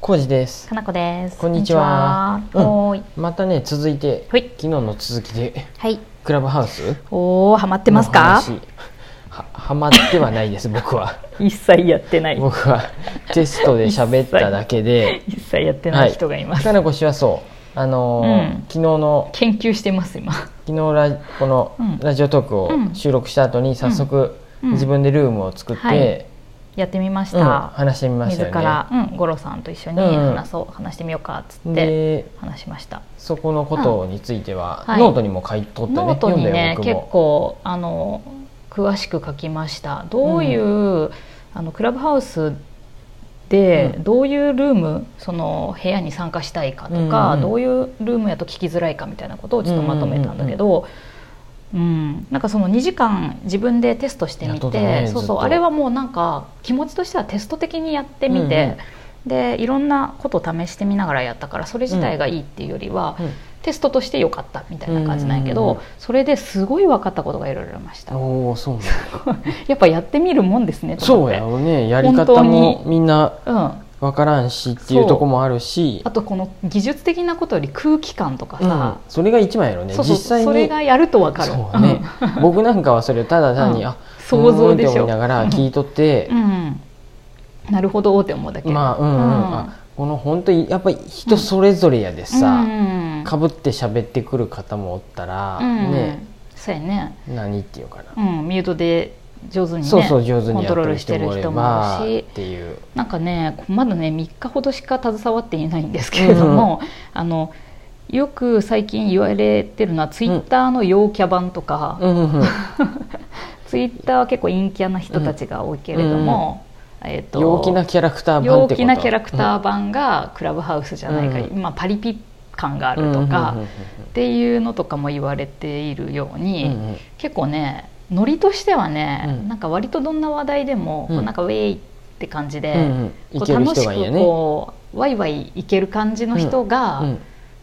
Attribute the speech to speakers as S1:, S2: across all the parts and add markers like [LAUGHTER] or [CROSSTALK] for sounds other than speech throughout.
S1: コウジです
S2: かなこです。
S1: こんにちは
S2: こんにちはおーい。
S1: またね続いて
S2: はい
S1: 昨日の続きで
S2: はい。
S1: クラブハウス
S2: おお、ハマって
S1: 出
S2: ますか。
S1: ははまってはないです [LAUGHS] 僕は
S2: 一切やってない。
S1: 僕はテストで喋っただけで
S2: 一切やってない人がいます。
S1: かなこ氏はそうあのー
S2: うん
S1: 昨日の
S2: 研究してます今。
S1: 昨日ラこの
S2: うん
S1: ラジオトークを
S2: うん
S1: 収録した後に早速、
S2: うん
S1: 自分でルームを作って、
S2: はいやってみまし
S1: うん
S2: た。
S1: 話してみましたよ
S2: 自
S1: ね
S2: ら、うん、ゴロさんと一緒に
S1: うんうん
S2: 話そう、話してみようかっつって
S1: で
S2: 話しました。
S1: そこのことについては、
S2: うんはい
S1: ノートにも書いとったね
S2: ノートにね
S1: 読んだ
S2: 結
S1: よ僕も
S2: 構あの詳しく書きましたどういう、あのクラブハウスで
S1: うん
S2: どういうルームその部屋に参加したいかと
S1: うん
S2: か、
S1: うん
S2: どういうルームやと聞きづらいかみたいなことをちょっとまとめたんだけど、うんなんかその2時間自分でテストして
S1: や
S2: み
S1: っと
S2: て、
S1: ったね
S2: そう
S1: ずっ
S2: そう
S1: と
S2: あれはもうなんか気持ちとしてはテスト的にやってみて、でいろんなことを試してみながらやったからそれ自体がいいっていうよりは、テストとして良かったみたいな感じなんやけ
S1: うんうん
S2: ど
S1: うん
S2: それですごい分かったことがいろいろありました
S1: うん、おおそうなんだ
S2: やっぱやってみるもんですねと
S1: そ
S2: 思っ
S1: う
S2: て
S1: やろうねやり方
S2: 本
S1: も
S2: 当
S1: みんな
S2: うん、あ
S1: わからんしっていうとこもあるし
S2: とこの技術的なことより空気感とか
S1: うん
S2: さ、、
S1: それが一番やろうね
S2: そうそう
S1: 実際に
S2: それがやると分かる
S1: そうね、僕なんかはそれをただ単に、
S2: うん
S1: あ
S2: 想像でし
S1: うーん
S2: ょ
S1: って思いながら聞いとって
S2: うん、うんなるほどって思うだけ
S1: まあうんうん、あこの本当にやっぱり人それぞれやで
S2: う
S1: さ、
S2: ん
S1: かぶって喋ってくる方もおったら、
S2: うん
S1: ね
S2: そうやね、
S1: 何っていうかな、
S2: うん、ミュートで上手にね
S1: そうそう上手にやっ
S2: コント
S1: て
S2: ロー
S1: る
S2: ルし
S1: 人
S2: てる
S1: もおれ
S2: 人も
S1: ば
S2: いるし
S1: っていう
S2: なんかねまだね3日ほどしか携わっていないんですけれども、あのよく最近言われてるのはツイッターの陽キャ版とか、
S1: うんうんうん
S2: ツイッターは結構陰キャな人たちが多いけれども、えっと
S1: 陽気なキャラクター版っ
S2: 陽
S1: てこと
S2: 気なキャラクター版がクラブハウスじゃないか、
S1: うん
S2: まあ、パリピ感があるとか、
S1: うんうんうんうん
S2: っていうのとかも言われているように、
S1: うんうん
S2: 結構ねノリとしてはね、
S1: うん
S2: なんか割とどんな話題でも、
S1: うん
S2: なんかウェイって感じで。
S1: うんうん、い
S2: こう
S1: ける
S2: 楽
S1: 人
S2: し
S1: がいいよ
S2: く
S1: ね。
S2: こうワイワイいける感じの人が、
S1: うん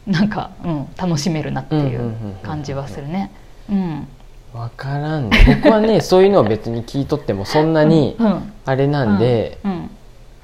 S2: なんか、うん、楽しめるなってい
S1: んうんう
S2: う
S1: んうん
S2: う感じはするね。うん、
S1: わからんね僕はねそういうのを別に聞いとってもそんなに
S2: うんうん
S1: あれなんで、
S2: うん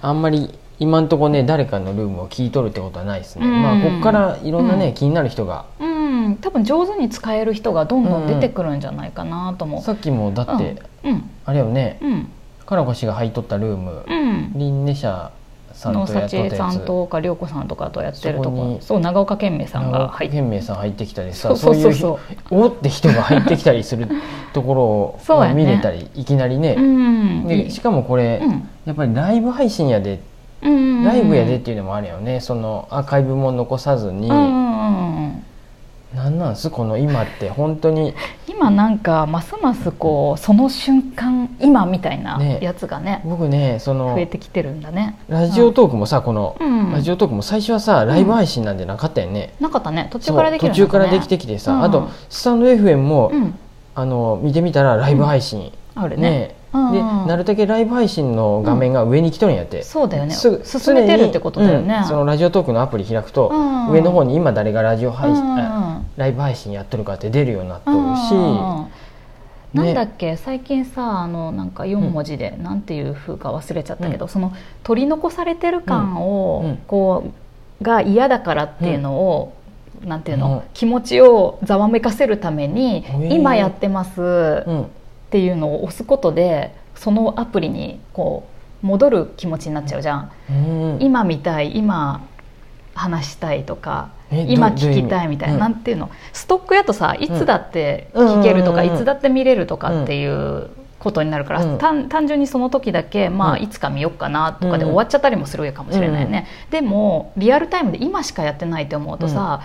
S1: あんまり今んとこね誰かのルームを聞いとるってことはないですね、
S2: うん
S1: まあこっからいろんなね、
S2: うん
S1: 気になる人が
S2: うん、多分上手に使える人がどんどん出てくるんじゃないかなと思う。
S1: さっきもだって、
S2: うん、
S1: あれよね
S2: うん、
S1: かなこ氏が入っとったルーム、
S2: うん、
S1: リンネ社さん
S2: 野
S1: とやっと
S2: 幸
S1: っ
S2: 恵
S1: た
S2: さ
S1: や
S2: ん
S1: つ
S2: とか涼子さんとかとやってると
S1: そこ
S2: こ
S1: に、
S2: そう長岡健明さんが
S1: 長
S2: 入
S1: 岡
S2: って、
S1: 県名さん入ってきたり
S2: そ
S1: さそう
S2: うそ
S1: う
S2: そう
S1: いう
S2: そう
S1: おって人が入ってきたりするところ
S2: [LAUGHS] そうや
S1: を
S2: ね
S1: 見れたり、いきなり
S2: う
S1: ね、
S2: ん、い
S1: で
S2: い
S1: しかもこれ、
S2: うん
S1: やっぱりライブ配信やで
S2: うんうんうん
S1: ライブやでっていうのもあるよねそのアーカイブも残さずに、
S2: うんうんうんうん。
S1: なんなんすこの今って本当に
S2: 今なんかますますこうその瞬間今みたいな
S1: ね
S2: やつがね
S1: 僕ねその
S2: 増えてきてるんだね
S1: ラジオトークもさこの、
S2: うん
S1: ラジオトークも最初はさライブ配信なんてなかったよね、
S2: なかったね途中
S1: そう
S2: からできる
S1: 途
S2: よう
S1: 中か
S2: にな
S1: ら
S2: ったね
S1: できてきてさ、
S2: うん
S1: あとスタンド FM も、
S2: うん
S1: あの見てみたらライブ配信、
S2: あるね
S1: ね
S2: うんうん
S1: でなるだけライブ配信の画面が上に来とるんやって、
S2: そうだよね
S1: すぐ
S2: 進めてるってことだよね
S1: 常にうんそのラジオトークのアプリ開くと、
S2: うん
S1: 上の方に今誰がラジオ配信、
S2: うんうんうん
S1: あライブ配信やっとるかって出るようになっとるし、
S2: うんうんな
S1: ね
S2: んだっけ最近さあのなんか4文字でなんていう風か忘れちゃったけど、その取り残されてる感を、
S1: うんうん
S2: こうが嫌だからっていうのを、なんていうの、
S1: うん
S2: 気持ちをざわめかせるために、
S1: へえ
S2: 今やってます、
S1: うん
S2: っていうのを押すことでそのアプリにこう戻る気持ちになっちゃうじゃん、
S1: うん
S2: 今見たい今話したいとか
S1: えど
S2: 今
S1: どう
S2: 聞
S1: いう意
S2: き
S1: 味
S2: たいみたいな、
S1: うん
S2: なんていうのストックやとさいつだって
S1: うん
S2: 聞けると
S1: う
S2: か、
S1: んうんうん
S2: いつだって見れるとかっていうことになるから、
S1: うん
S2: 単単純にその時だけ、まあ、
S1: うん
S2: いつか見よっかなとかで終わっちゃったりもするかもしれないね、でもリアルタイムで今しかやってないと思うとさ、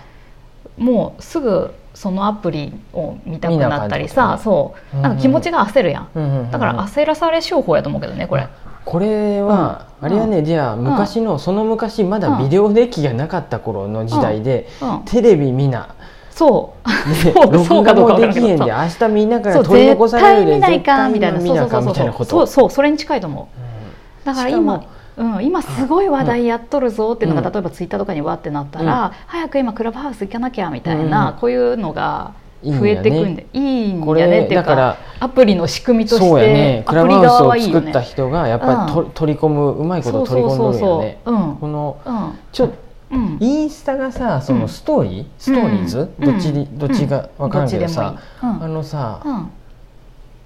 S2: もうすぐそのアプリを見たくなったり
S1: 見な
S2: さ
S1: あかんって
S2: そうなんか気持ちが焦るやん、
S1: うんうんうんうん
S2: だから焦らされ商法やと思うけどねこれ。
S1: これは、
S2: うん
S1: あれはねじゃあ昔の、その昔まだビデオデッキがなかった頃の時代で、
S2: うん、
S1: テレビ見
S2: [LAUGHS]
S1: な、
S2: そう
S1: ね
S2: そうそう
S1: 録画
S2: かどうか
S1: も
S2: わか
S1: で
S2: らんけ
S1: き
S2: ど
S1: へんで明日見なが
S2: そ
S1: ら
S2: う
S1: 取り残
S2: 絶
S1: され
S2: 対
S1: るで
S2: 見ないかみたいな
S1: 絶
S2: そう
S1: 対見なか
S2: そうそ
S1: みたいなこ
S2: うそうそう
S1: と
S2: そうそれに近いと思うだから
S1: し
S2: 今、うん、今すごい話題やっとるぞっていうのが、
S1: うん
S2: 例えばツイッターとかにわってなったら、
S1: うん
S2: 早く今クラブハウス行かなきゃみたいな、
S1: うん
S2: こういうのが増えてくんでいいん
S1: こ
S2: やね
S1: れ
S2: っていう
S1: だ
S2: か
S1: から
S2: アプリの仕組みとして
S1: そうやねク
S2: アプ
S1: ラブ
S2: リ
S1: ハウス
S2: 側
S1: を
S2: はいいよ
S1: 作っ
S2: ね
S1: た人がやっぱりと、取り込むうまいこ
S2: そ
S1: と
S2: う
S1: 取り
S2: そ
S1: 込
S2: う
S1: ん
S2: そ
S1: ど
S2: う
S1: るよね
S2: そううん
S1: この
S2: うん
S1: ちょ
S2: うん
S1: インスタがさそのストーリー、ストーリーズ、
S2: うん
S1: どっちにどっちが分からんけどさ、
S2: どっち
S1: あ
S2: でもいい
S1: のさ、
S2: うん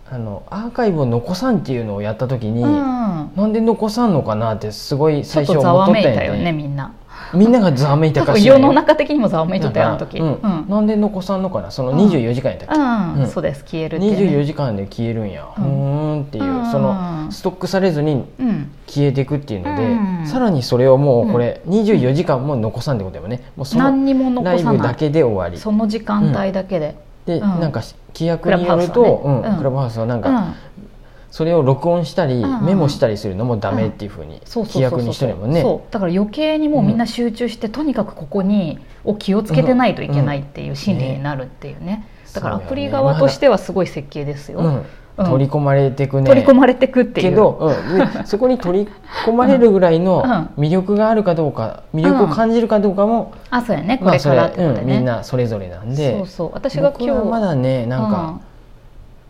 S1: あのアーカイブを残さんっていうのをやった時に、
S2: うんうん
S1: なんで残さんのかなってすごい
S2: ちょ
S1: 最
S2: っと
S1: 初
S2: ざ
S1: 思っ
S2: わ
S1: とった
S2: めい
S1: ん
S2: た
S1: や
S2: よね
S1: ね
S2: みんな
S1: みんながざわめい
S2: 多
S1: たか
S2: 分
S1: しら
S2: 世
S1: んよ
S2: の中的にもざわめいと
S1: だ
S2: った
S1: か
S2: よあ
S1: ら
S2: の時
S1: うんなんで残さんのかなその24時間やったっけ、
S2: うん
S1: うん
S2: そうです消えるっていうね
S1: 24時間で消えるんや、
S2: う
S1: うんーんっていう、
S2: うん
S1: そのストックされずに
S2: うん
S1: 消えていくっていうので、
S2: うん
S1: さらにそれをもうこれ24時間も残さんってことだよねもうその
S2: 何にも
S1: ラ
S2: 残
S1: イ
S2: さ
S1: ブ
S2: な
S1: だ
S2: い
S1: けで終わり
S2: その時間帯だけで
S1: で、
S2: うん
S1: なんか規約によると
S2: クラブハウス
S1: うん
S2: はねうん
S1: クラブハウスはなん
S2: う
S1: か、
S2: ん
S1: それを録音したり、
S2: うん
S1: メモしたりするのもダメっていうふうに
S2: そう
S1: 規
S2: そうそう
S1: 約
S2: そ
S1: に
S2: う
S1: してるもんね。
S2: そうだから余計にもうみんな集中して、とにかくここにを気をつけてないといけないっていう心理になるっていうね,、だからアプリ側としてはすごい設計ですよ、
S1: うん
S2: うん
S1: 取り込まれていくね。
S2: 取り込まれてくっていう
S1: けど、うんで
S2: [LAUGHS]
S1: そこに取り込まれるぐらいの
S2: うん
S1: 魅力があるかどうか、魅力を感じるかどうかも、
S2: あそうやねこ
S1: まあ
S2: れ
S1: そ
S2: か
S1: れ、
S2: らってこと
S1: う
S2: で
S1: ん、
S2: ね、
S1: みんなそれぞれなんで
S2: そうそう私が
S1: 僕
S2: 今
S1: は
S2: 日
S1: まだねなん
S2: う
S1: か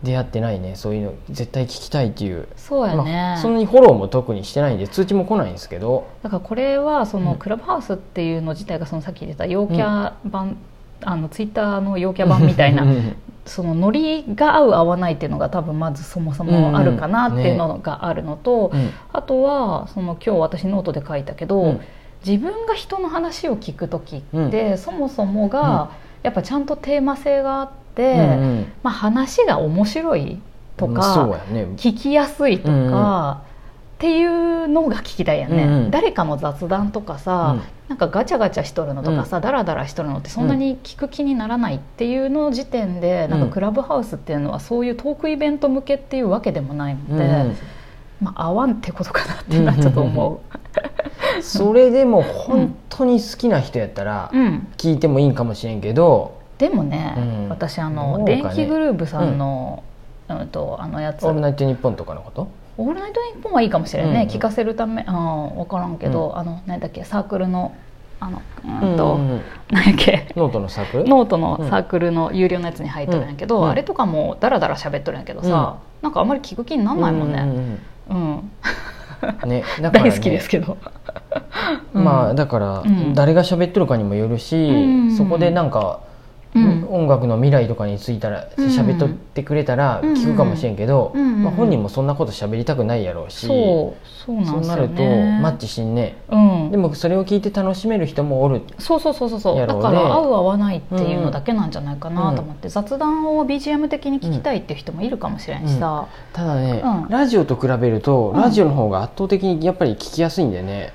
S1: 出会ってないね、そういうの絶対聞きたいっていう、
S2: そうやね、
S1: まあ、そんなにフォローも特にしてないんで通知も来ないんですけど、
S2: だからこれはその
S1: うん
S2: クラブハウスっていうの自体がそのさっき出た陽キャ版、あのツイッターの陽キャ版みたいな
S1: うん
S2: そのノリが合う合わないっていうのが多分まずそもそもあるかなっていうのがあるのと、
S1: うん
S2: あとはその今日私ノートで書いたけど、
S1: うん
S2: 自分が人の話を聞く時って、そもそもがやっぱちゃんとテーマ性があって、
S1: うんうん
S2: まあ、話が面白いと
S1: うんそう
S2: か、
S1: やね
S2: 聞きやすいとか、
S1: うんうん
S2: っていうのが聞きたいよね、
S1: うんうん
S2: 誰かの雑談とかさ、
S1: うん
S2: なんかガチャガチャしとるのとかさ、ダラダラしとるのってそんなに聞く気にならないっていうの時点で、
S1: ん
S2: なんかクラブハウスっていうのはそういうトークイベント向けっていうわけでもないので、
S1: うん
S2: まあ、合わんってことかなっていうのはちょっと思
S1: うんそれでも本当に好きな人やったら
S2: う、うん、
S1: 聞いてもいいんかもしれんけど、
S2: でもね、
S1: うん
S2: 私あ
S1: ど
S2: の、
S1: うかね
S2: 電気グルーヴさんの、うん、とあのやつ
S1: オールナイトニッポンとかのこと
S2: オールナイトニッポンはいいかもしれないね、
S1: うんうん
S2: 聞かせるためあー分からんけど、あの何だっけサークルのあのうーんと、
S1: うんうんうん
S2: 何やっけ
S1: ノートのサークル
S2: ノートのサークルの有料のやつに入っとるんやけど、
S1: うん
S2: あれとかもダラダラ喋っとるんやけどさ、なんかあんまり聞く気になんないもん
S1: う
S2: ね、
S1: ううん
S2: うん
S1: うん
S2: [LAUGHS]
S1: ね、だからね
S2: 大好きですけど、うん
S1: まあだから
S2: うん
S1: 誰が喋ってるかにもよるし、
S2: うん
S1: そこでなんか、
S2: うん
S1: 音楽の未来とかについたら
S2: うん
S1: 喋っとってくれたら
S2: うん
S1: 聞くかもしれんけど、
S2: うん
S1: まあ、本人もそんなこと喋りたくないやろうし、
S2: そうそうな
S1: そ
S2: ん
S1: う
S2: です
S1: な
S2: よ
S1: ると
S2: ね
S1: マッチしんね
S2: うん
S1: でもそれを聞いて楽しめる人もおる
S2: そうそうそうそうそう、
S1: や
S2: だ
S1: ろうね
S2: から合う合わないっていうのだけなんじゃないかなと思って、雑談を BGM 的に聞きたいっていう人もいるかもしれんしさ、
S1: ただね、
S2: うん
S1: ラジオと比べると
S2: うん
S1: ラジオの方が圧倒的にやっぱり聞きやすいんだよね、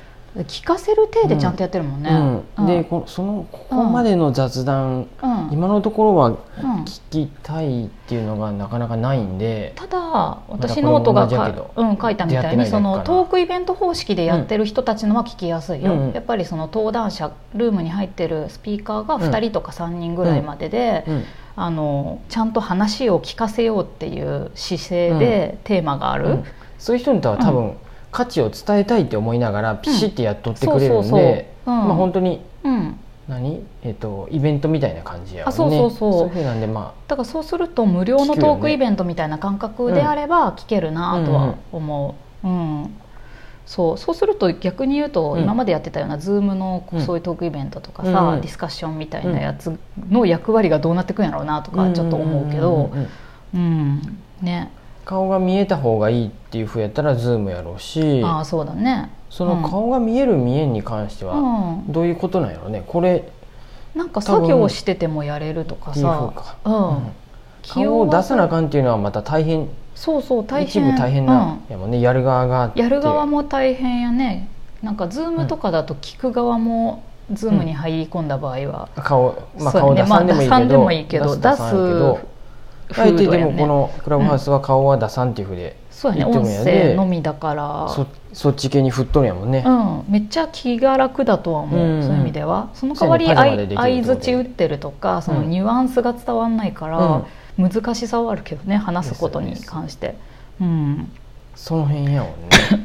S2: 聞かせる体でちゃんとやってるもんね、
S1: うんでこそのここまでの雑談、
S2: うん
S1: 今のところは
S2: うん
S1: 聞きたいっていうのがなかなかないんで、
S2: ただ私
S1: まだ
S2: ノートが
S1: これも同じやけ
S2: か
S1: ど
S2: うん、書いたみ
S1: 出
S2: たいに
S1: 会ってないだけ
S2: その
S1: かな
S2: トークイベント方式でやってる人たちのは聞きやすいよ、
S1: うんうん
S2: やっぱりその登壇者ルームに入ってるスピーカーが
S1: うん
S2: 2人とか3人ぐらいまでで、
S1: うん
S2: あのちゃんと話を聞かせようっていう姿勢でテーマがある、
S1: うんそういう人にとは多分、価値を伝えたいって思いながらピシッてやっとってくれる
S2: うん
S1: ん
S2: そうそう
S1: で
S2: そううん
S1: まあ本当に
S2: うん、
S1: 何、えっとイベントみたいな感じやもんね
S2: あそうそうそう
S1: いうふうなんでま
S2: だからそうすると無料のトークイベントみたいな感覚であれば聞けるなとは思う、うんそうそうすると逆に言うと
S1: うん
S2: 今までやってたような Zoom の
S1: うん
S2: そういうトークイベントとか
S1: うん
S2: さ
S1: うん
S2: ディスカッションみたいなやつの役割がどうなってくんやろうなとか
S1: あ
S2: ちょっと思うけ
S1: んん
S2: ど
S1: んうん
S2: うんね
S1: 顔が見えた方がいいっていうふうやったらズームやろうし
S2: ああそうだね
S1: その顔が見える見えんに関して
S2: う
S1: は
S2: ん
S1: どういうことなんやろうねこれって
S2: なんか作業しててもやれると
S1: い
S2: か
S1: うふう
S2: さ
S1: か、
S2: うん起
S1: 顔
S2: 用
S1: を
S2: は
S1: 出さなあかんっていうのはまた大変
S2: そうそう大
S1: 一
S2: 変
S1: 部大変
S2: うん
S1: な、やもんねやる側がって
S2: やる側も大変やねなんかズームとかだと聞く側もズームに入り込んだ場合は、
S1: 顔、まあ、
S2: そう
S1: 顔
S2: ね
S1: 出さんでもいい
S2: まあ出さん
S1: け
S2: で
S1: ど、
S2: もいいけど
S1: 出さんやけど
S2: フ
S1: あえ
S2: ー
S1: て
S2: ド
S1: で
S2: や
S1: も
S2: ね
S1: このクラブハウスは顔は出さんっていうふうで、
S2: そうやね
S1: 言って
S2: 音
S1: もや
S2: 声
S1: で
S2: のみだから
S1: そそっち系に振っとるんやもんね、
S2: うん、めっちゃ気が楽だとは思う、
S1: うんうん
S2: そういう意味ではその代わり
S1: そうやねパジャマでできるって
S2: 相
S1: こと
S2: づち打ってるとかその
S1: うん
S2: ニュアンスが伝わんないから、難しさはあるけどね話すことに関して、うん
S1: その辺やもんね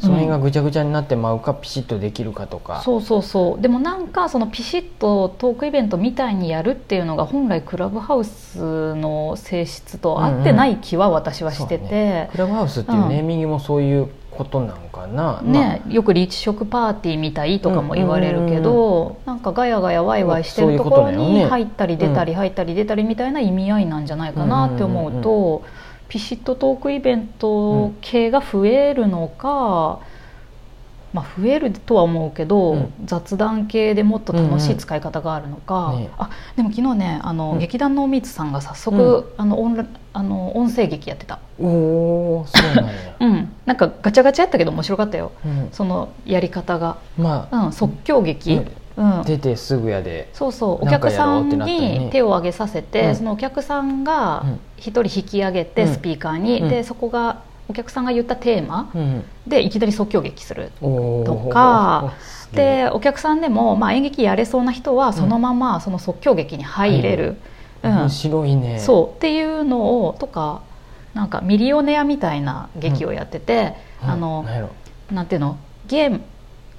S1: その辺がぐちゃぐちゃになってまうかピシッとできるかとか
S2: そうそうそうでもなんかそのピシッとトークイベントみたいにやるっていうのが本来クラブハウスの性質と合ってない気は私はして
S1: そう
S2: て、
S1: ねクラブハウスっていうネーミングもそういうことなんかな、まあ
S2: ね、よくリーチ食パーティーみたいとかも言われるけど、なんかガヤガヤワイワイして
S1: そうい
S2: る
S1: う
S2: と
S1: こ
S2: ことろ
S1: だよね
S2: に入ったり出たり
S1: う
S2: 入ったり出たりみたいな意味合いなんじゃないかなって思う
S1: う
S2: とピシッとトークイベント系が増えるのか、まあ、増えるとは思うけど、
S1: うん
S2: 雑談系でもっと楽しい使い方があるのか、
S1: うんね
S2: あでも昨日ねあの、
S1: うん
S2: 劇団のおみつさんが早速、
S1: うん
S2: あのオンラあの音声劇やってた、、
S1: おおそうなんや
S2: うん、なんかガチャガチャやったけど面白かったよ
S1: うん
S2: そのやり方が。
S1: まあ、
S2: うん、即興劇、うん
S1: 出てすぐやで、
S2: そうそう
S1: なん
S2: お
S1: か
S2: 客
S1: や
S2: さ
S1: ろうんってなったよね
S2: に手を挙げさせて、
S1: うん
S2: そのお客さんが
S1: うん
S2: 一人引き上げて
S1: うん
S2: スピーカーに、
S1: うん
S2: でそこがお客さんが言ったテーマ
S1: うん、
S2: でいきなり即興劇する。
S1: おー
S2: とか
S1: すげえ
S2: でお客さんでも、まあ、演劇やれそうな人はそのままその即興劇に入れる、うん
S1: 面白いね
S2: そうっていうのをとかなんかミリオネアみたいな劇をやってて、
S1: ん
S2: あの
S1: なんやろ
S2: なんていうのゲーム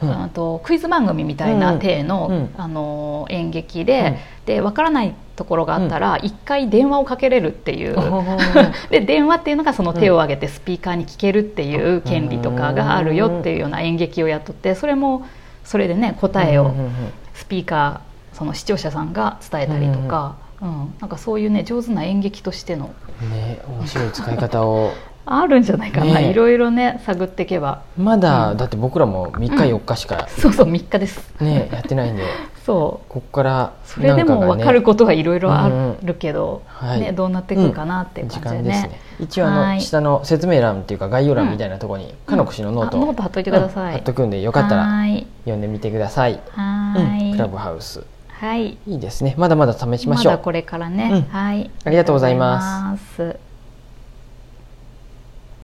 S1: うん
S2: あとクイズ番組みたいな体の,、
S1: うんうん
S2: あの演劇で,、で分からないところがあったら一回電話をかけれるっていう、で電話っていうのがその手を挙げてスピーカーに聞けるっていう権利とかがあるよっていうような演劇をやっとってそれもそれでね答え
S1: う
S2: を
S1: んうんうん
S2: スピーカーその視聴者さんが伝えたりとか、うん、なんかそういうね上手な演劇としての
S1: うんね面白い使い方を
S2: あるんじゃないかな、
S1: ねえ
S2: いろいろね探っていけば
S1: まだ、
S2: うん
S1: だって僕らも3日4日しか
S2: そうそう3日です
S1: ねやってないんで
S2: そう
S1: ここから
S2: それでも
S1: なん
S2: 分
S1: ね
S2: かることはいろいろあるけど、
S1: うんうんはい
S2: ね、どうなっていくかなっていう
S1: 時
S2: 感じで
S1: 間ですね
S2: ね。
S1: 一応あ
S2: は
S1: の
S2: い
S1: 下の説明欄っていうか概要欄みたいなところに、かのこしのノート
S2: あノート貼っといてください。
S1: うん貼っとくんでよかったら
S2: はい
S1: 読んでみてください、
S2: は
S1: うん
S2: い、
S1: クラブハウス
S2: はい
S1: いいですねまだまだ試しましょう
S2: だこれからね、
S1: うん
S2: はい
S1: ありがとうございます
S2: ありがとうございます。